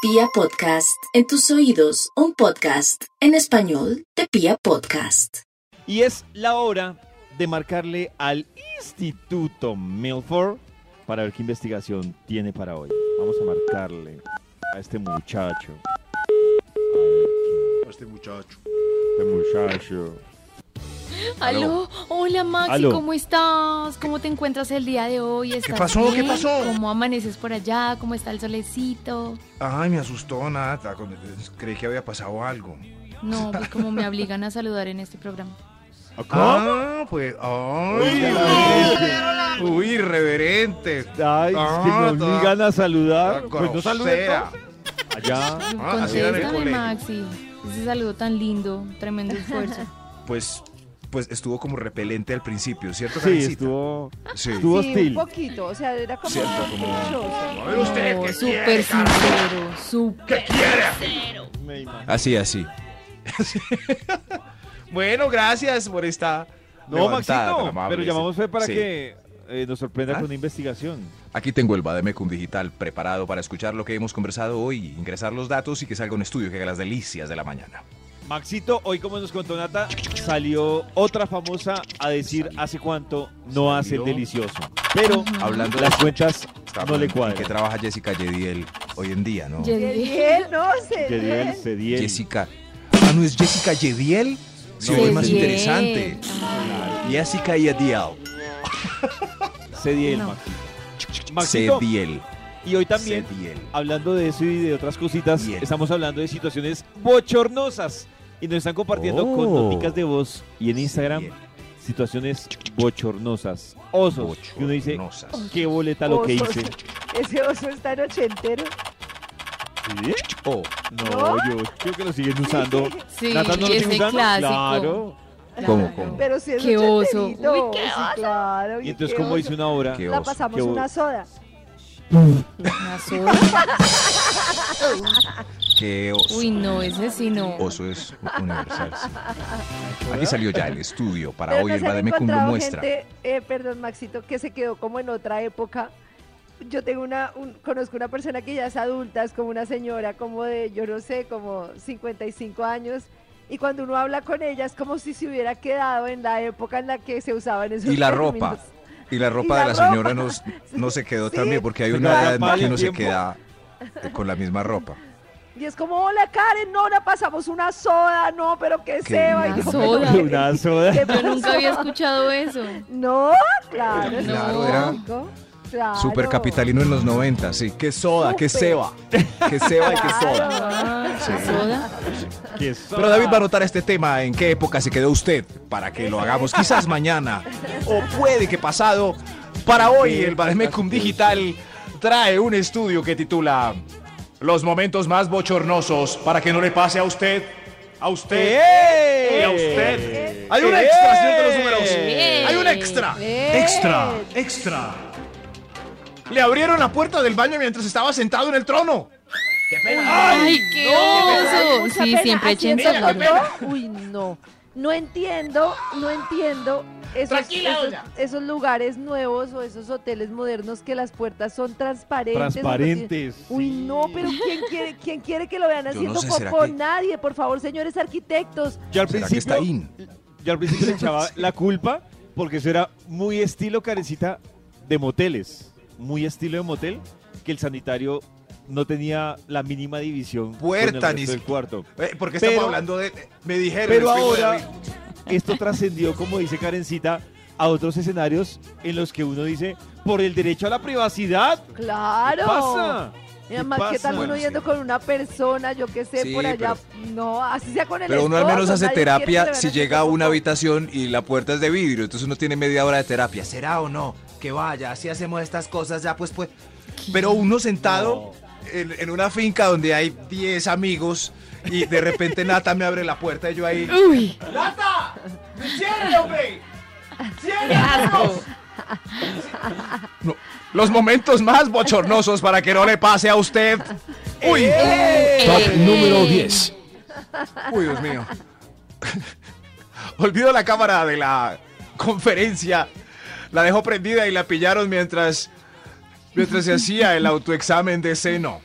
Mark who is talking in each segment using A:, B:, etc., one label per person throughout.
A: Pia Podcast, en tus oídos, un podcast en español de Pia Podcast.
B: Y es la hora de marcarle al Instituto Milford para ver qué investigación tiene para hoy. Vamos a marcarle a este muchacho.
C: a este muchacho.
B: Este muchacho. Aló.
D: Aló, hola Maxi,
B: Aló.
D: ¿cómo estás? ¿Cómo te encuentras el día de hoy? ¿Estás
C: pasó? ¿Qué
D: bien?
C: pasó?
D: ¿Cómo amaneces por allá? ¿Cómo está el solecito?
C: Ay, me asustó Nata. con- Creí que había pasado algo.
D: No, pues como me obligan a saludar en este programa.
C: Ah, pues. Ay, uy, irreverente.
B: Ay, es que me
C: Ah,
B: obligan a saludar.
C: La
B: Pues no salude
C: grosera.
B: entonces. Allá.
C: Ah, así era en el
D: Contéstame
C: colegio.
D: Maxi, ese saludo tan lindo, tremendo esfuerzo.
C: Pues, pues estuvo como repelente al principio, ¿cierto,
B: Sí,
C: Karencita?
B: estuvo,
C: Sí.
B: estuvo
E: Sí,
B: hostil.
E: un poquito, o sea, era como
C: Cierto, como-
E: sospechoso.
C: A ver usted,
D: No,
C: ¿qué
D: súper
C: quiere,
D: sincero, súper.
B: Me imagino.
C: Así, así. bueno, gracias por esta.
B: No,
C: levantada tan
B: Maxito,
C: amable.
B: pero llamamos fue para
C: Sí.
B: que eh, nos sorprenda
C: ¿Ah?
B: con una investigación.
F: Aquí tengo el Bademecum Digital preparado para escuchar lo que hemos conversado hoy, ingresar los datos y que salga un estudio que haga las delicias de la mañana.
B: Maxito, hoy como nos contó Nata, salió otra famosa a decir hace cuánto no hace el
C: Salió.
B: delicioso. Pero
F: Hablando de
B: las cuentas
F: Está
B: no le
F: bien, ¿en qué
B: cuadran.
F: trabaja Jessica Yediel hoy en día, no?
D: Yes.
E: Yediel, no sé.
B: Que dio el
E: Yediel.
B: Cediel.
F: Jessica. Ah, no es Jessica Yediel. Sí,
B: No, Ah.
F: oye, más
B: Yediel.
F: interesante. Jessica Yediel.
B: Cediel,
D: No.
B: Maxito. Maxito,
F: Cediel.
B: y hoy también,
F: Cediel.
B: hablando de eso y de otras cositas,
F: Bien.
B: estamos hablando de situaciones bochornosas. Y nos están compartiendo con
F: Oh.
B: noticas de voz y en Instagram
F: Cediel.
B: situaciones bochornosas. Osos. Y uno dice, "Oh,
F: Bochornosas.
B: qué boleta lo que
E: Osos.
B: hice.
E: Ese oso está en ochentero.
B: ¿Sí?
F: Oh,
B: No, yo creo que lo siguen usando.
D: Sí,
B: Nata, ¿no lo
D: ese
B: siguen usando?
D: clásico.
B: Claro.
D: claro.
F: ¿Cómo, cómo?
E: Pero si es
D: Qué oso.
E: ochenterito.
D: Uy, qué
E: Sí, claro,
B: Y
E: oye,
B: entonces,
E: qué
B: ¿cómo
E: oso.
B: hizo una obra?
F: qué
E: La
F: oso.
E: pasamos
B: Qué
E: una
B: oso.
E: soda.
D: ¿Una sola?
F: qué oso.
D: Uy, no, ese sí no.
F: Oso es universal. sí. Aquí salió ya el estudio para
E: Pero
F: hoy.
E: nos
F: el
E: han
F: Bademecum lo
E: encontrado
F: muestra.
E: gente, eh, perdón, Maxito, que se quedó como en otra época. Yo tengo una, un- conozco una persona que ya es adulta, es como una señora, como de, yo no sé, como 55 años. Y cuando uno habla con ella es como si se hubiera quedado en la época en la que se usaban esos
F: Y la
E: términos.
F: ropa. Y la ropa
E: Y
F: de
E: la
F: la
E: ropa.
F: señora no, no se quedó
E: Sí.
F: también porque hay
B: Se
F: una
B: queda
F: edad en
B: mal
F: la que
B: el
F: uno
B: tiempo.
F: se queda eh, con la misma ropa.
E: Y es como, hola Karen, no, la pasamos una soda, no, pero que
F: Qué
E: se va.
F: una
E: Y yo,
D: soda.
E: "Pero qué-
B: Una soda.
E: qué
D: Yo nunca había
E: pasó?".
D: escuchado eso.
E: No, claro, es
D: Claro,
E: muy
D: era
E: rico, claro.
F: Super capitalino en los 90, sí. Que soda, que
E: Súper.
F: seba. Que seba y que soda.
E: Claro.
D: Ah, ¿soda?
B: Qué
F: Pero David va a anotar este tema, en qué época se quedó usted, para que lo hagamos quizás mañana o puede que pasado. Para hoy el Bademecum Digital trae un estudio que titula Los momentos más bochornosos para que no le pase a usted, a usted
E: Eh.
F: y a usted. Hay un extra, señor de los números. Hay un extra.
E: Eh.
F: Extra, extra. Le abrieron la puerta del baño mientras estaba sentado en el trono.
D: ¡Ay, qué oso!
E: Mucha
D: Sí,
E: pena,
D: siempre
E: así
D: echen
E: empezó,
D: seguro.
E: ¿no? Uy, no. No entiendo, no entiendo esos, esos- esos lugares nuevos o esos hoteles modernos que las puertas son transparentes. o no tienen-
B: Transparentes.
E: Uy, no, pero ¿quién quiere, quién quiere que lo
F: Yo
E: vean
F: no
E: haciendo
F: sé, ¿será
E: popó?
F: que-
E: Nadie, por favor, señores arquitectos.
B: Yo al
F: ¿Será que está
B: principio,
F: in?
B: yo al principio le echaba la culpa porque eso era muy estilo carecita de moteles. Muy estilo de motel que el sanitario no tenía la mínima división con el
F: Puerta,
B: resto
F: ni
B: del
F: si-
B: cuarto.
F: Eh, porque
B: Pero-
F: estamos hablando de. eh, Me dijeron.
B: Pero
F: el primo de
B: ahora
F: David.
B: esto trascendió, como dice Karencita, a otros escenarios en los que uno dice, por el derecho a la privacidad. ¿Qué
E: Claro.
B: pasa?
E: Mira,
B: ¿Qué
E: Max, ¿qué
B: pasa?
E: tal
F: Bueno,
E: uno yendo
F: sí.
E: con una persona, yo qué sé,
F: Sí,
E: por allá? No, así sea con el
F: Pero uno al
E: esposo,
F: menos hace
E: nadie quiere que le
F: terapia
E: vean
F: si
E: haciendo
F: llega a una
E: popó.
F: habitación y la puerta es de vidrio, entonces uno tiene media hora de terapia. ¿Será o no? Que vaya, si hacemos estas cosas, ya pues pues. Pero uno sentado en, en una finca donde hay 10 amigos y de repente Nata me abre la puerta y yo ahí.
D: Uy,
F: ¡Nata! ¡Cierre, hombre! ¡Cierre! No, Los momentos más bochornosos para que no le pase a usted. ¡Uy! ¡Eh!
D: Top número 10.
F: Uy, Dios mío. Olvido la cámara de la conferencia. La dejó prendida y la pillaron mientras, mientras se hacía el autoexamen de seno.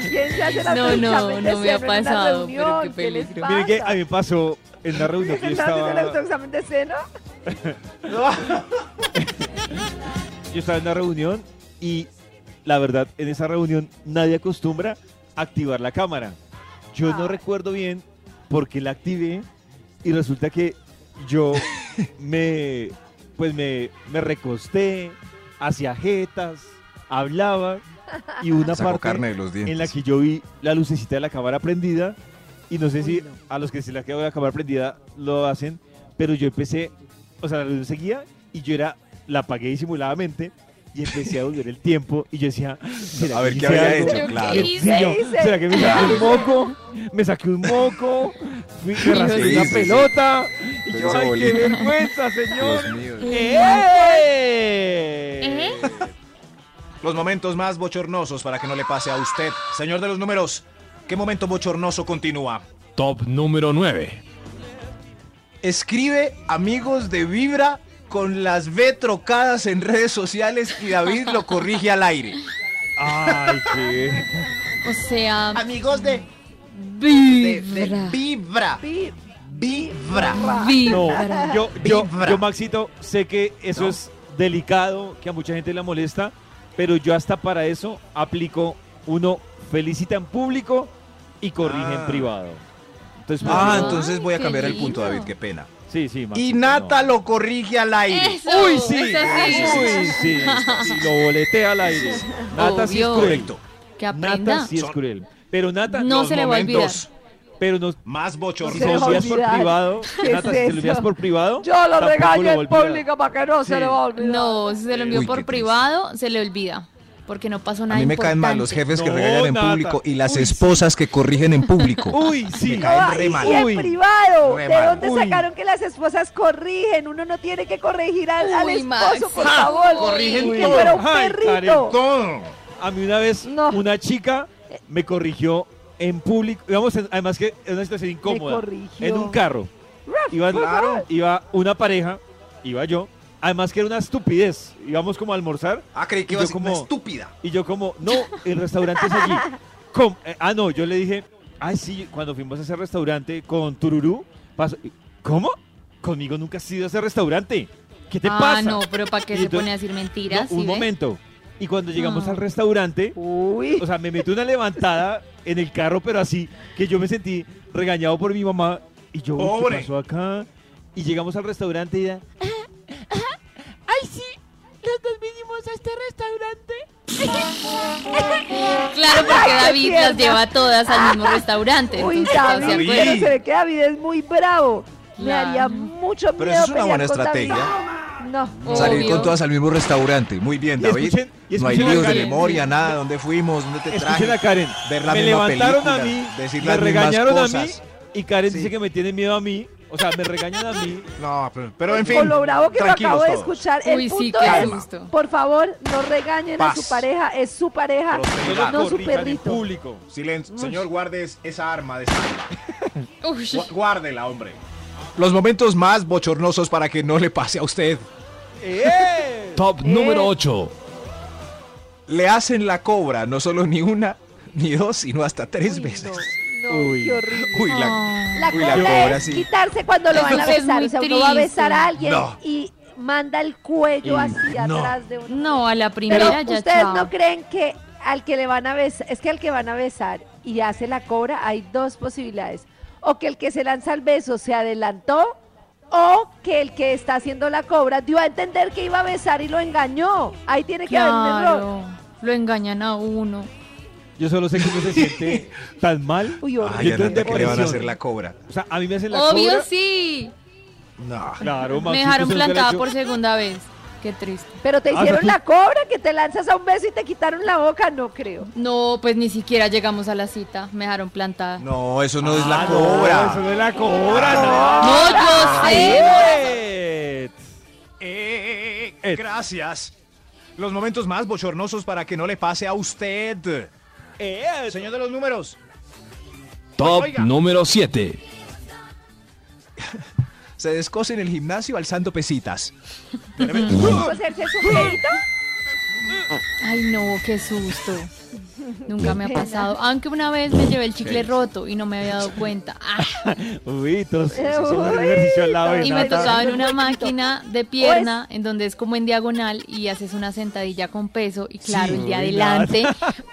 E: ¿Quién se hace la
D: No, no,
E: autoexamen de
D: no me ha
E: semen en una
D: pasado, pero
E: reunión?
D: qué
E: les
D: peligro.
E: pasa?
B: Mire que a mí me pasó en una reunión que yo
E: ¿Estás haciendo el
B: estaba,
E: autoexamen de seno?
B: yo estaba en una reunión y la verdad, en esa reunión nadie acostumbra a activar la cámara. Yo no
C: Ah.
E: Ay.
B: recuerdo bien por qué la activé y resulta que yo me, pues me, me recosté, hacía jetas, hablaba y una
C: Sacó
B: parte...
C: carne de los dientes.
B: en la que yo vi la lucecita de la cámara prendida y no sé
E: Uy,
B: si
E: no.
B: a los que se les quedó la cámara prendida lo hacen, pero yo empecé, o sea, la luz seguía y yo era, la apagué disimuladamente y empecé a volver el tiempo y yo decía, ¿será
C: A ver
B: que
C: qué
B: hice
C: había
B: algo?
C: hecho, claro.
B: Yo-
D: hice?
B: sí, yo,
E: ¿Qué hice?
B: ¿Será que me saqué un moco? Me saqué un moco, fui- me raspé
C: Sí,
B: una
C: sí, sí.
B: pelota y yo,
C: Esa
B: ¡ay, qué
C: bolita.
B: vergüenza, señor!
C: Dios mío.
B: ¡Eh!
F: Los momentos más bochornosos para que no le pase a usted. Señor de los números, ¿qué momento bochornoso continúa?
G: Top número 9.
F: Escribe amigos de Vibra con las B trocadas en redes sociales y David lo corrige al aire.
B: ¡Ay, qué!
D: O sea,
F: Amigos de, de- de
D: vibra.
F: Vibra.
E: Pi-
F: Vibra.
B: No,
D: Vibra.
B: yo, yo,
F: Vibra.
B: yo, Maxito, sé que eso
F: No.
B: es delicado, que a mucha gente la molesta, pero yo hasta para eso aplico uno felicita en público y corrige en
C: Ah.
B: privado. Entonces, pues,
F: Ah,
B: no.
F: entonces voy a
D: qué
F: cambiar el punto,
D: lindo.
F: David, qué pena.
B: sí, sí, Maxito,
F: Y Nata
B: no.
F: lo corrige al aire.
D: Eso,
B: Uy, sí.
D: eso sí.
B: Uy, sí. sí, Lo boletea al aire. Nata sí es
D: Obvio.
B: cruel.
F: Correcto.
D: Que
B: Nata
D: aprenda.
B: sí es
F: Son-
B: cruel. Pero Nata,
D: No
F: Los
D: se le va a olvidar.
F: momentos
B: pero no.
F: Más
B: Si se
E: Se le
B: lo
E: va a
F: bochornosos.
B: envías por
E: olvidar.
B: privado,
E: ¿Qué
B: Nata,
E: es
B: si te lo
E: eso?
B: envías por privado,
E: Yo lo
B: tampoco
E: regaño
B: lo va a
E: en
B: olvidar.
E: público para que no
B: Sí.
E: se lo va a olvidar.
D: No, si se lo envió
C: Uy, qué
D: por
C: triste.
D: privado, se le olvida. Porque no pasó
F: A
D: nada
F: mí me caen mal los
D: importante.
F: jefes que
B: No,
F: regañan en
B: Nata.
F: público y las
B: Uy, sí.
F: esposas que corrigen en público.
B: Uy, sí.
F: Me
E: No,
F: caen
E: ay,
F: re mal.
E: ah, Y
B: Uy.
E: en privado,
F: Re
E: ¿de
F: mal.
E: dónde
B: Uy.
E: sacaron que las esposas corrigen? Uno no tiene que corregir al, al
D: Uy,
E: esposo,
D: Max.
E: por
D: Ja,
E: favor.
D: corrigen
E: que
B: todo.
E: fuera un
B: Ay,
E: perrito.
C: Todo.
B: A mí una vez
E: No.
B: una chica me corrigió en público, digamos, en- además que es una situación incómoda,
E: corrigió.
B: en un carro. Iba,
C: Claro.
B: iba una pareja, iba yo, además que era una estupidez, íbamos como a almorzar
F: Ah, creí
B: Y
F: que iba a
B: yo
F: ser
B: como-
F: una estúpida.
B: y yo como, no, el restaurante es allí. Com- eh, ah, no, yo le dije, ay, sí, cuando fuimos a ese restaurante con Tururú, pasó, ¿cómo? Conmigo nunca has ido a ese restaurante. ¿Qué te
D: ah,
B: pasa?
D: no, pero ¿para qué
B: Y
D: se
B: entonces-
D: pone a decir mentiras?
B: No, un
D: ¿sí ve?
B: momento. Y cuando llegamos
D: Ah.
B: al restaurante,
E: Uy,
B: O sea, me metí una levantada en el carro, pero así que yo me sentí regañado por mi mamá. Y yo, uy, ¿qué
C: Pobre.
B: pasó acá? Y llegamos al restaurante y ya. ¡Ay, sí! Los dos vinimos a este restaurante.
D: Claro, porque
E: Ay, qué
D: David
E: tierna.
D: las lleva todas al mismo restaurante.
E: uy,
D: entonces, ¿todos se
E: David,
C: David.
E: pero
D: acuerdan?
E: se ve que David es muy bravo. Me
D: Claro.
E: haría mucho miedo
F: Pero eso es una
E: pelear
F: buena
E: con David.
F: estrategia.
E: No.
D: Obvio.
F: Salir con todas al mismo restaurante. Muy bien,
B: Y
F: David.
B: escuchen- y
F: no hay
B: escuchen a
F: líos de
B: Karen.
F: memoria, nada. ¿Dónde fuimos? ¿Dónde te
B: Escuchen a
F: traje?
B: Karen.
F: Ver la
B: me
F: misma
B: levantaron
F: película,
B: a mí,
F: decir
B: me
F: las mismas
B: regañaron a mí
F: cosas.
B: y Karen
F: Sí.
B: dice que me tiene miedo a mí. O sea, me regañan a mí.
C: No, pero, pero en
E: Con
C: fin.
E: lo bravo que lo
F: tranquilos
E: acabo de
F: todos.
E: escuchar,
D: Uy,
E: el
D: sí,
E: punto
D: qué
E: es,
D: susto.
E: por favor, no regañen
F: Paz.
E: a su pareja, es su pareja,
B: No
F: Prosperidad.
B: lo
E: no su
B: corrijan en
E: perrito.
B: público.
F: Silencio. Señor, guarde esa arma de sangre.
D: Uy,
F: Gua- Guárdela, hombre. Los momentos más bochornosos para que no le pase a usted.
B: ¡Eh!
G: Top número 8.
F: Le hacen la cobra, no solo ni una, ni dos, sino hasta tres
E: Uy,
F: veces.
E: No, no,
B: Uy.
E: qué horrible.
F: Uy, la...
D: ah.
E: La
F: Uy,
E: cobra
F: la cobra,
E: es
F: sí.
E: quitarse cuando lo van a
D: Eso es
E: besar.
D: muy
E: O sea, uno va a
D: triste.
E: besar a alguien
F: No.
E: y manda el cuello
F: Y
E: hacia
F: no.
E: atrás de uno.
D: No, a la
E: Pero
D: primera ya
E: ustedes
D: chao.
E: no creen que al que le van a besar, es que al que van a besar y hace la cobra, hay dos posibilidades. O que el que se lanza al beso se adelantó, o que el que está haciendo la cobra dio a entender que iba a besar y lo engañó. Ahí tiene que haber un error.
D: Claro, lo engañan a uno.
B: Yo solo sé que uno se siente tan mal.
E: Uy,
F: Ay,
E: horrible.
F: a
B: Yo tengo
F: Nata, que le van a
B: depresión.
F: hacer la cobra?
B: O sea, a mí me hacen la
D: Obvio
B: cobra.
D: sí.
F: No.
B: Claro,
D: Me
B: Maxito,
D: dejaron
B: eso nunca lo he
D: plantada
B: hecho.
D: por segunda vez. Qué triste.
E: Pero te
B: Ah, o sea,
E: hicieron
B: tú-
E: la cobra, que te lanzas a un beso y te quitaron la boca, no creo.
D: No, pues ni siquiera llegamos a la cita. Me dejaron plantada. No,
F: No, eso no es
B: Ah,
F: la
B: no,
F: cobra.
B: eso no es la cobra,
D: yo sé.
B: no.
F: Eh, eh, eh, gracias. Los momentos más bochornosos para que no le pase a usted. Eh, señor de los números.
G: Top
F: Oiga.
G: número 7.
F: Se descoce en el gimnasio alzando pesitas.
E: ¿Coserse es un peito?
D: Ay, no, qué susto. Nunca me ha pasado. Aunque una vez me llevé el chicle roto y no me había dado cuenta. Ah,
B: Uy, entonces,
E: Eh,
B: hizo un
E: uy,
B: ejercicio al lado de
D: y me
B: Nata.
D: tocaba en una máquina de pierna, en donde es como en diagonal y haces una sentadilla con peso. Y claro, el de
B: Uy,
D: adelante,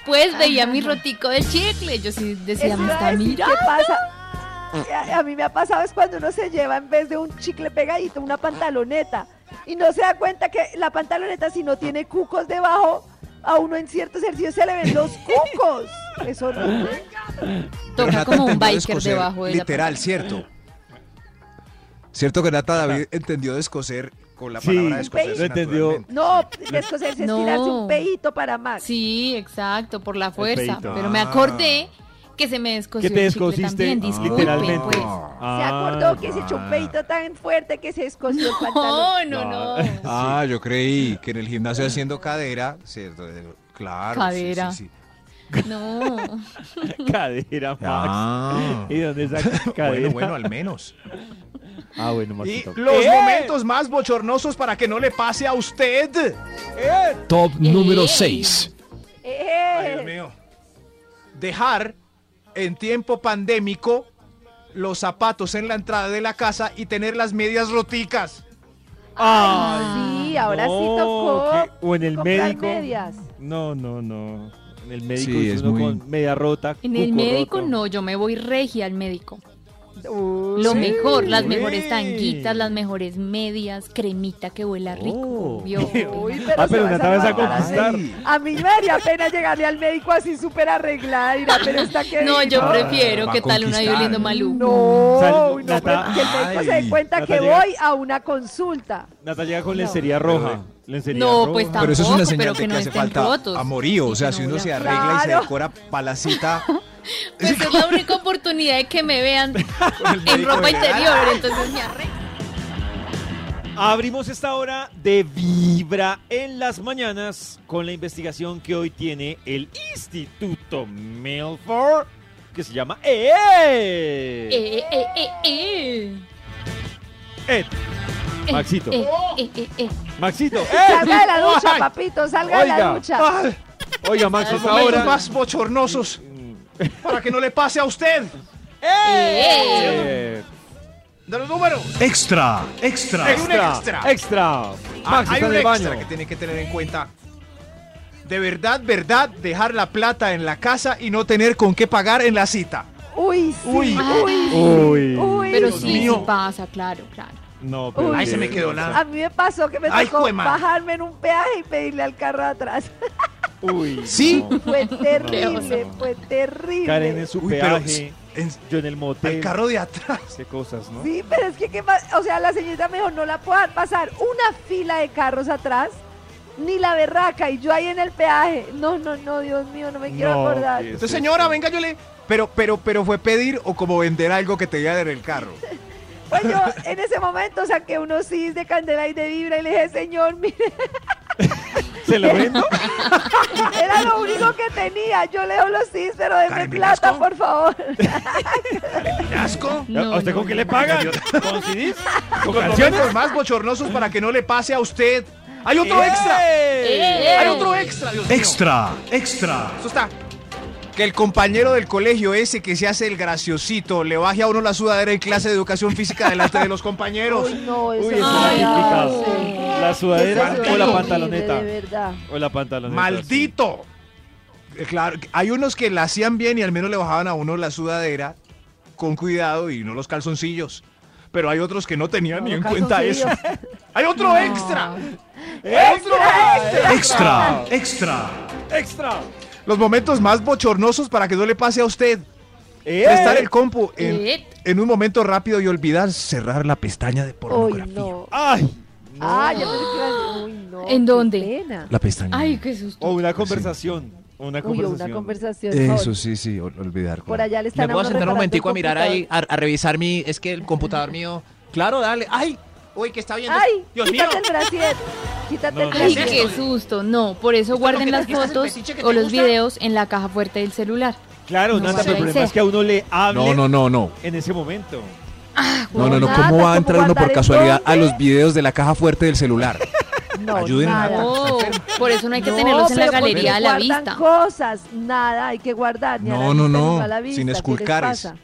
D: pues veía mi rotico del chicle. Yo sí decía,
E: Eso
D: me
E: iba a
D: está
E: decir,
D: mirando.
E: ¿Qué pasa? A, a mí me ha pasado es cuando uno se lleva en vez de un chicle pegadito una pantaloneta y no se da cuenta que la pantaloneta si no tiene cucos debajo a uno en ciertos ejercicios se le ven los cucos. Eso no.
D: Toca
F: Nata
D: como un
F: entendió
D: biker
F: descoser,
D: debajo de la
F: Literal, ¿cierto? Cierto que Nata David entendió descoser con la
B: Sí,
F: palabra descoser.
B: lo entendió.
F: naturalmente.
E: No, descoserse es
D: No.
E: tirarse un peito para más.
D: Sí, exacto, por la fuerza.
B: feíto.
D: Pero me acordé que se me descosió
B: ¿Qué Ah. te
D: el chicle
B: descosiste? ah,
D: también. Disculpe,
B: Literalmente.
D: pues.
E: Se
B: Ah,
E: acordó que se echó un peito tan fuerte que se descosió el pantalón.
D: No, no, no.
F: Ah, yo creí que en el gimnasio haciendo cadera, ¿cierto? Eh, Claro. sí,
D: Cadera.
F: sí, sí.
D: No.
B: Cadera, Max.
F: Ah.
B: ¿Y dónde saca cadera?
F: Bueno, bueno, al menos.
B: Ah, bueno,
F: Y
B: Maxito.
F: los
B: ¡Eh!
F: momentos más bochornosos para que no le pase a usted.
G: Top número
D: Ey.
G: 6.
E: Eh,
F: Ay, Dios mío. Dejar en tiempo pandémico los zapatos en la entrada de la casa y tener las medias roticas.
E: sí, ahora sí
B: Ah. No,
E: tocó.
B: que- o en el
E: comprar
B: médico.
E: medias.
B: No, no, no. En el médico
F: Sí,
B: es
F: es
B: uno
F: muy-
B: con media rota.
D: En el
B: cuco
D: médico
B: roto.
D: no, yo me voy regia al médico.
E: Uy.
D: Lo mejor, las mejores
B: Uy.
D: tanguitas, las mejores medias, cremita que huela rico.
B: Oh.
D: ¿vio?
E: Uy,
B: Ah, pero
E: se
B: Nata vas a
E: salvar.
B: conquistar.
F: Ay.
E: A mí me daría pena llegarle al médico así súper arreglada y dirá, pero está que
D: No, yo
B: Ah.
E: vino.
D: prefiero
F: va
D: que
F: a
D: tal una
F: conquistar.
D: violino malú.
E: No,
B: Sal-
E: no, pero
B: Nata-
E: que el médico se
F: Ay.
E: dé cuenta
B: Nata
E: que
B: llega-
E: voy a una consulta.
B: Nata llega con lencería roja. Lencería
D: No,
B: roja.
D: pues
F: Pero eso es una
D: Tampoco,
F: señal
D: pero
F: de
D: que
F: que,
D: no
F: hace
D: estén
F: falta
D: rotos.
F: amorío. O
D: Sí,
F: sea,
D: que
F: si
D: no
F: uno se
D: huela.
F: arregla y se
E: Claro.
F: decora palacita
D: Pues es la única oportunidad de que me vean en ropa interior, entonces me arreglo.
B: Abrimos esta hora de Vibra en las mañanas con la investigación que hoy tiene el Instituto Milford que se llama E.
E: E.
B: EE.
D: Eh, eh, eh, eh.
B: Ed.
D: Eh,
B: E. Maxito.
D: eh, eh, eh, eh.
B: Maxito. ¡eh!
E: E. Salga de la ducha,
F: Ay.
E: papito, salga de
B: Oiga.
E: la ducha.
B: Oiga, Max, Mm.
F: los
B: esta
F: momentos
B: hora.
F: más bochornosos para que no le pase a usted.
D: Eh.
E: E.
B: Eh,
F: De los números.
G: Extra, extra.
F: Hay un
B: extra,
F: extra.
B: extra.
F: Ah,
B: Max
F: hay
B: está
F: un
B: en el baño.
F: extra que tiene que tener en cuenta. De verdad, verdad, dejar la plata en la casa y no tener con qué pagar en la cita.
E: Uy, sí,
F: Uy.
E: uy,
B: Uy.
E: uy, uy.
D: Pero
F: Dios
D: sí, sí
F: mío.
D: pasa, claro, claro.
B: No, pero.
E: Uy.
F: Ahí se me quedó la.
E: A mí me pasó que me
F: Ay,
E: tocó
F: jue madre.
E: bajarme en un peaje y pedirle al carro de atrás.
B: Uy.
F: ¿Sí?
B: no.
E: Fue
B: Qué
E: terrible,
B: oso.
E: fue terrible.
B: Karen en su
F: Uy, pero
B: peaje.
F: en-
B: Yo en el
F: al
B: motel.
F: carro de atrás.
B: Qué cosas, ¿no?
E: Sí, pero es que, ¿qué más? o sea, la señorita mejor no la puedan pasar una fila de carros atrás, ni la berraca, y yo ahí en el peaje. No, no, no, Dios mío, no me quiero
B: No,
E: acordar.
B: qué
F: Entonces, señora, venga, yo le. Pero, pero, pero fue pedir o como vender algo que te diera en el carro.
E: Pues yo en ese momento saqué unos cis de candela y de vibra y le dije, señor, mire,
B: ¿Se lo vendo?
E: era lo único que tenía. Yo leo los cis, pero denme
F: Karen
E: plata,
F: Velasco.
E: por favor.
F: ¡Asco!
D: No,
B: ¿A usted
D: no,
B: con qué
D: no.
B: le pagan? ¿Con CDs? ¿Con
F: Los
B: canciones?
F: momentos más bochornosos para que no le pase a usted. ¡Hay otro extra!
D: Eh.
F: ¡Hay otro extra! Dios mío!
G: extra.
F: Eso está. Que el compañero del colegio ese que se hace el graciosito le baje a uno la sudadera en clase de educación física delante de los compañeros.
E: Uy, no, eso
B: Uy,
E: no
B: esa
D: Ay,
B: es la
E: era-
B: típica. La sudadera
E: Eso es
B: o la
E: horrible,
B: pantaloneta.
E: De verdad.
B: O la pantaloneta.
F: ¡Maldito! Eh, Claro, hay unos que la hacían bien y al menos le bajaban a uno la sudadera con cuidado y no los calzoncillos. Pero hay otros que no tenían ni en
E: los
F: cuenta eso.
E: calzoncillos.
F: ¡Hay otro
D: No.
F: extra! ¡Otro
E: ¡Extra,
G: Extra, extra.
B: ¡Extra!
F: Los momentos más bochornosos para que no le pase a usted.
B: ¡Eh!
F: Prestar el compu en,
D: Eh.
F: en un momento rápido y olvidar cerrar la pestaña de
E: Uy,
F: pornografía.
E: no.
B: ¡Ay!
E: Ah, yo pensé que iba a- Uy, no.
D: ¿En
E: qué
D: dónde?
E: pena.
F: La pestaña.
D: Ay, qué susto.
B: O una conversación. O una
E: Uy, o
B: conversación.
E: una conversación.
F: Eso
E: Por-
F: sí, sí, ol- olvidar.
E: Por
F: claro.
E: allá le
H: ¿Me
E: están a
H: puedo
E: uno
H: sentar un
E: reparando
H: momentico a
E: el
H: mirar ahí, a, a revisar mi... Es que el computador mío... Claro, dale. ¡Ay! Uy, que está viendo...
E: computador. ¡Ay!
H: ¡Dios mío!
E: quítate el brasier. Quítate
B: No,
E: el
B: no.
D: Uy,
E: brasier.
D: qué susto. No, por eso guarden las
H: ¿Este es el
D: fotos
H: fetiche que te
D: o los
H: gusta?
D: videos en la caja fuerte del celular.
B: Claro,
D: No,
B: Nata,
D: vale.
B: pero el problema es que a uno le hable
F: No, no, no, no.
B: en ese momento.
F: No, no, no.
E: Nada,
F: ¿Cómo va
E: ¿cómo
F: a entrar uno
E: guardar
F: por
E: el
F: casualidad a
E: nombre?
F: los videos de la caja fuerte del celular?
E: No,
F: Ayuden a-
E: nada.
D: Oh, por eso no hay que tenerlos
E: No,
D: en la
E: pero porque
D: galería a la
E: guardan
D: vista.
E: cosas, nada hay que guardar. ni a la
F: No, no,
E: vista
F: no,
E: ni a la vista,
F: sin
E: ¿qué les
F: esculcares.
E: pasa?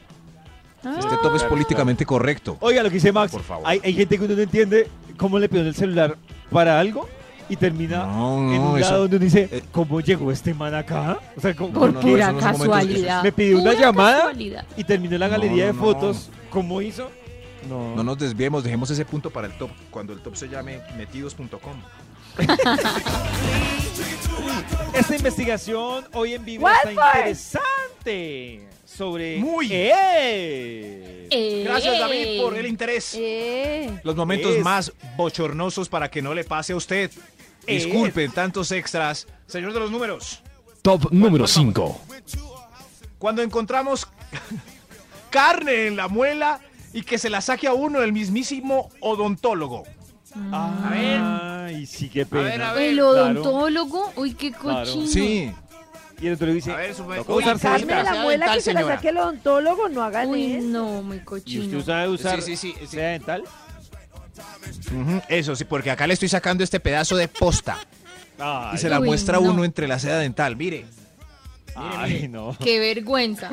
D: Ah,
F: Este top
E: Ah.
F: es políticamente correcto.
B: Oiga, lo que dice Max,
F: Por favor.
B: Hay, hay gente que uno no entiende cómo le pidieron el celular para algo y termina
F: No,
B: en
F: no,
B: un lado
F: eso.
B: donde uno dice,
F: eh.
B: ¿cómo llegó este man acá? O sea, ¿cómo-
D: Por
F: no, no,
D: pura
F: eso no es momento de
D: casualidad.
B: Me pidió una
D: Pura
B: llamada
D: casualidad.
B: y terminó en la
F: No,
B: galería
F: no,
B: de
F: no.
B: fotos? ¿Cómo hizo? No.
F: No nos desviemos, dejemos ese punto para el top. Cuando el top se llame metidos.com.
B: Esta investigación hoy en vivo
E: What
B: está
E: for?
B: interesante sobre...
F: Muy.
B: ¡Eh!
D: Eh,
F: Gracias, David, por el interés.
E: Eh,
F: Los momentos
B: Es-
F: más bochornosos para que no le pase a usted.
B: Es-
F: Disculpen tantos extras. Señor de los números,
G: Top número 5.
F: cuando encontramos carne en la muela y que se la saque a uno el mismísimo odontólogo.
B: Ay, sí, qué pena.
D: El odontólogo, uy, qué
B: Claro.
D: cochino.
F: Sí.
B: Y el otro le dice,
H: A ver, su-
B: "Tocó
H: Uy,
B: usar
H: Carmen,
B: cebita".
E: Carmen, la
H: Demasiado
E: abuela que
H: dental,
E: se la
H: señora.
E: saque el odontólogo, no hagan
D: Uy,
E: eso.
D: no, muy
B: ¿Y usted
D: cochino.
B: sabe usar
H: Sí, sí, sí, sí.
B: seda dental?
F: Ujú, Eso sí, porque acá le estoy sacando este pedazo de posta
B: Ay,
F: y se la
D: Uy,
F: muestra
D: no.
F: uno entre la seda dental. Mire,
B: ay, no.
D: Qué vergüenza.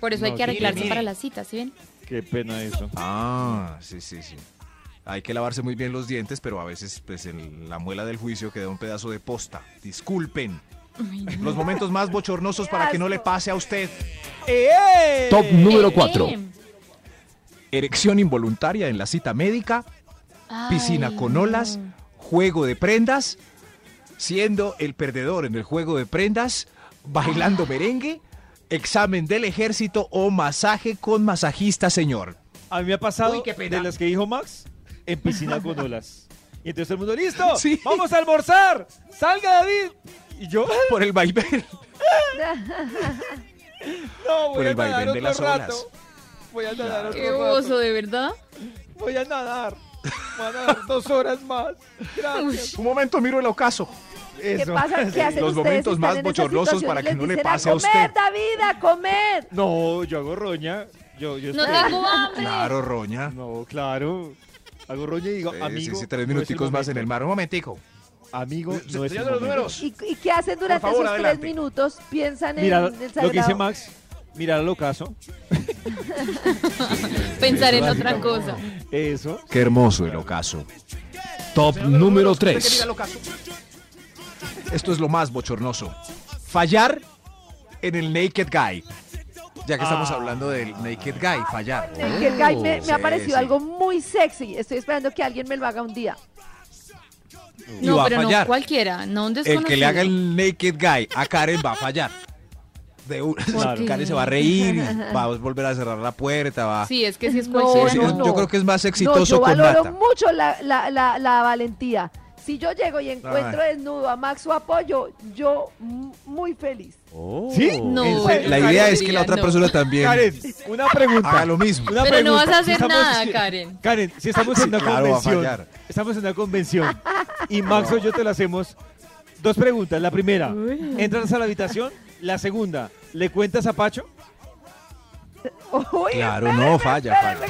D: Por eso hay
B: No,
D: que
B: mire,
D: arreglarse
B: mire.
D: para las citas, ¿sí ven?
B: Qué pena eso.
F: Ah, sí, sí, sí. Hay que lavarse muy bien los dientes, pero a veces pues en la muela del juicio queda un pedazo de posta. Disculpen. Los momentos más bochornosos para que no le pase a usted.
G: Top número
D: Eh,
G: 4.
D: eh.
F: Erección involuntaria en la cita médica, piscina
D: Ay,
F: con
D: no.
F: olas, juego de prendas, siendo el perdedor en el juego de prendas,
E: Ah.
F: bailando merengue, examen del ejército o masaje con masajista, señor.
B: A mí me ha pasado
H: Uy, qué pena.
B: de las que dijo Max en piscina con olas. Y entonces todo el mundo, ¡listo!
F: Sí.
B: ¡Vamos a almorzar! ¡Salga, David! Y yo,
F: Por el vaivén.
B: no, voy
F: Por
B: a
F: el
B: nadar
F: vaivén de
B: otro
F: las
B: rato.
F: olas.
B: Voy a nadar otro
D: Qué
B: rato.
D: oso, de verdad.
B: Voy a nadar. Voy a nadar dos horas más. Gracias.
F: Un momento, miro el ocaso.
E: ¿Qué
B: Eso.
E: pasa? ¿Qué hacen
F: Los
E: ustedes
F: momentos
E: si
F: más
E: están en esa
F: bochornosos
E: situación
F: para
E: y
F: que
E: les
F: no le
E: dicen,
F: pase a
E: comer,
F: usted"?
E: David, a comer!
B: No, yo hago roña. Yo, yo
D: No
B: espero.
D: tengo hambre.
F: Claro, Roña.
B: No, claro. Hago roña y digo,
F: Eh,
B: amigo.
F: sí, sí, tres
B: no es
F: minuticos más en
B: momento.
F: el mar. Un momentico.
B: Amigo,
F: Se-
B: no es el
F: señor de los
B: momento.
F: números.
E: ¿Y, y qué hacen durante
F: favor,
E: esos
F: adelante.
E: tres minutos? ¿Piensan
B: Mira,
E: en el
B: lo que dice
E: sagrado?
B: Max, mirar al ocaso.
D: Pensar en otra cosa.
B: Eso.
F: Qué hermoso el ocaso.
G: Top número 3.
F: Esto es lo más bochornoso. Fallar en el Naked Guy. Ya que estamos
B: Ah.
F: hablando del Naked Guy, fallar.
E: Que el guy me, me ha
F: Sí,
E: parecido
F: Oh. sí.
E: algo muy sexy. Estoy esperando que alguien me lo haga un día.
F: Y
D: No,
F: va a
D: pero no
F: fallar.
D: cualquiera, no un desconocido.
F: el que le haga el Naked Guy a Karen va a fallar. De un-
B: Claro.
F: Karen se va a reír, y va a volver a cerrar la puerta, va.
D: Sí, es que si es
E: No,
D: cualquiera,
F: Sí,
E: no,
F: yo-
E: no.
F: Yo creo que es más
E: No,
F: exitoso
E: yo
F: con
E: valoro
F: Nata.
E: mucho la, la- la- la valentía. Si yo llego y encuentro desnudo a Max su apoyo, yo mm, muy feliz.
B: ¿Sí?
D: No,
B: ¿En
D: bueno,
B: serio?
F: La
D: Karen
F: idea es que
D: diría
F: la otra
D: no.
F: persona también
B: Karen, una pregunta.
F: haga lo mismo.
B: Una
D: Pero no
B: pregunta.
D: vas a hacer
B: estamos-
D: nada, Karen.
B: Karen, si estamos en
F: Sí,
B: una
F: claro, va a
B: convención.
F: fallar.
B: Estamos en una convención. Y Max o yo te la hacemos. Dos preguntas. La primera, ¿entras a la habitación? La segunda, ¿le cuentas a Pacho?
E: Uy,
F: Claro, no, falla, falla.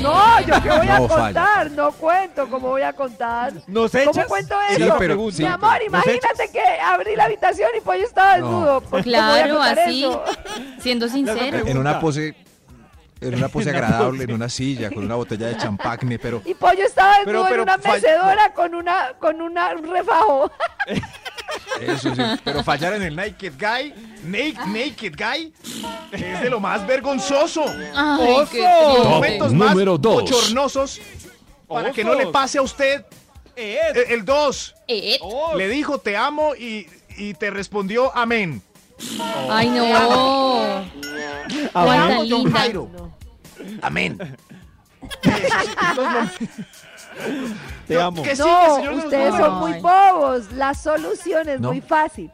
E: No, yo qué voy a
F: No, falla.
E: contar, no cuento, ¿cómo voy a contar?
B: ¿Nos echas?
E: ¿Cómo cuento
B: Esa es
E: eso?
B: la
F: Sí, pero-
B: pregunta.
F: sí,
E: Mi amor,
B: ¿Nos echas?
E: imagínate que abrí la habitación y Pollo estaba
F: No.
E: desnudo. ¿Por qué voy a
D: Claro,
E: contar
D: así,
E: eso?
D: siendo sincero.
F: en
B: pregunta.
F: una pose en una pose
B: En una
F: agradable,
B: pose.
F: en una silla, con una botella de champagne, pero
E: Y Pollo estaba desnudo
F: pero
E: en una
F: falla-
E: mecedora con una con una un refajo.
F: eso sí, pero fallar en el Naked Guy, Naked, naked Guy, es de lo más vergonzoso.
D: Ay, qué
B: Oso.
D: triste.
F: Momentos más
G: número dos.
F: bochornosos para que no le
B: Osos.
F: pase a usted
B: Eh,
F: el 2.
D: Eh,
B: oh,
F: Le dijo te amo y, y te respondió amén.
D: Ay, no.
B: a ver,
D: Cuánta linda.
F: Amén.
B: te amo.
F: ¿Qué sigue,
E: No,
F: señor de los
E: ustedes
F: números?
E: son muy bobos. La solución es
F: No.
E: muy fácil.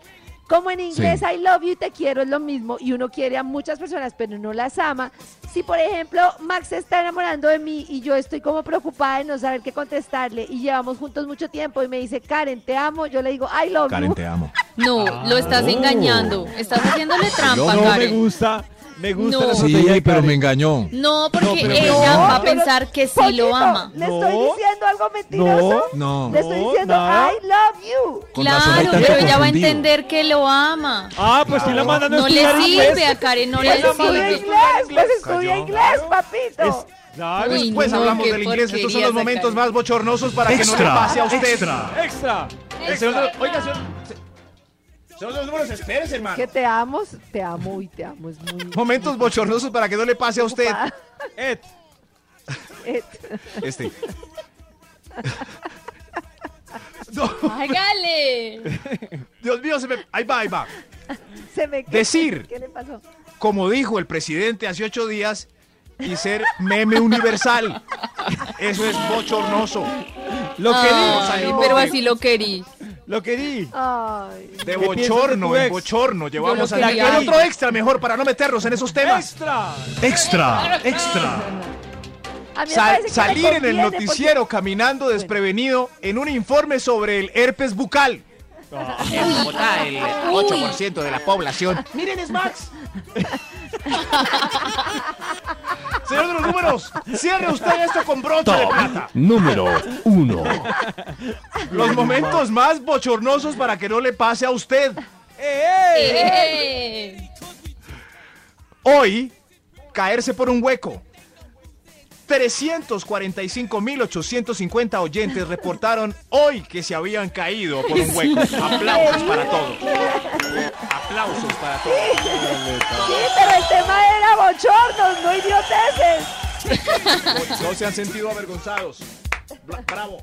E: Como en inglés
F: Sí.
E: I love you, te quiero es lo mismo y uno quiere a muchas personas pero no las ama. Si por ejemplo Max se está enamorando de mí y yo estoy como preocupada de no saber qué contestarle y llevamos juntos mucho tiempo y me dice Karen te amo, yo le digo I love you.
F: amo.
D: No, lo estás engañando. Estás haciéndole trampa,
B: No me
D: Karen.
B: gusta, Me gusta la
D: No.
B: estrategia de Karen.
G: engañó.
D: No, porque
B: pero-
D: ella
E: No,
D: va a
E: pero-
D: pensar que sí
E: Pollito,
D: lo ama.
E: ¿Le
B: No.
E: estoy diciendo algo mentiroso?
G: No.
E: Le estoy
B: No,
E: diciendo,
B: nada.
E: I love you.
G: Con razón hay
D: Claro,
G: tanto
D: pero ella va a
G: confundido.
D: entender que lo ama.
B: Ah, pues si la manda
D: No le sirve a Karen, no le
E: Pues estudia
D: sirve.
E: inglés, pues estudia
I: Cayó.
E: inglés, papito.
B: Claro.
D: Uy,
G: Después
D: no,
G: Pues, hablamos
D: qué
G: del inglés. Estos son
D: porquería
G: los
D: esa
G: momentos
D: cara.
G: más bochornosos para que no le
F: Extra,
G: pase a usted.
B: Extra.
G: El señor de- Oiga, señor. se- Señor de los números, espérese, hermano.
E: Que te amo, te amo y te amo. Es muy...
G: Momentos bochornosos para que no le pase a usted.
B: Ed.
E: Eh,
G: Este.
D: Hágale.
G: Dios mío, se me... ahí va, ahí va.
E: Se me ¿qué-
G: Decir.
E: ¿Qué le pasó?
G: Como dijo el presidente hace ocho días, y ser meme universal. Eso es bochornoso.
B: Lo
D: Ay,
B: querí.
D: pero así lo querí.
B: Lo querí.
E: Ay,
B: ¿Qué
G: De
B: piensas de tu
G: bochorno en
B: ex?
G: bochorno. Llevamos
D: lo
G: a
D: quería.
G: Ya, otro extra mejor para no meternos en esos temas.
B: Extra.
F: Extra, extra.
E: a mí me
G: Sal-
E: parece que
G: salir
E: le
G: en el
E: conviene porque-
G: noticiero caminando desprevenido en un informe sobre el herpes bucal.
H: En Bogotá, el 8% de la población.
G: Miren, es Max. Señor de los números, cierre usted esto con broche de
F: Top
G: plata.
F: número uno.
G: Los momentos más bochornosos para que no le pase a usted.
D: Eh.
G: Hoy, caerse por un hueco. 345.850 oyentes reportaron hoy que se habían caído por un hueco. Aplausos para todos. Aplausos para todos.
E: Sí, pero el tema era bochornos, no idioteces.
G: No se han sentido avergonzados. Bra- Bravo.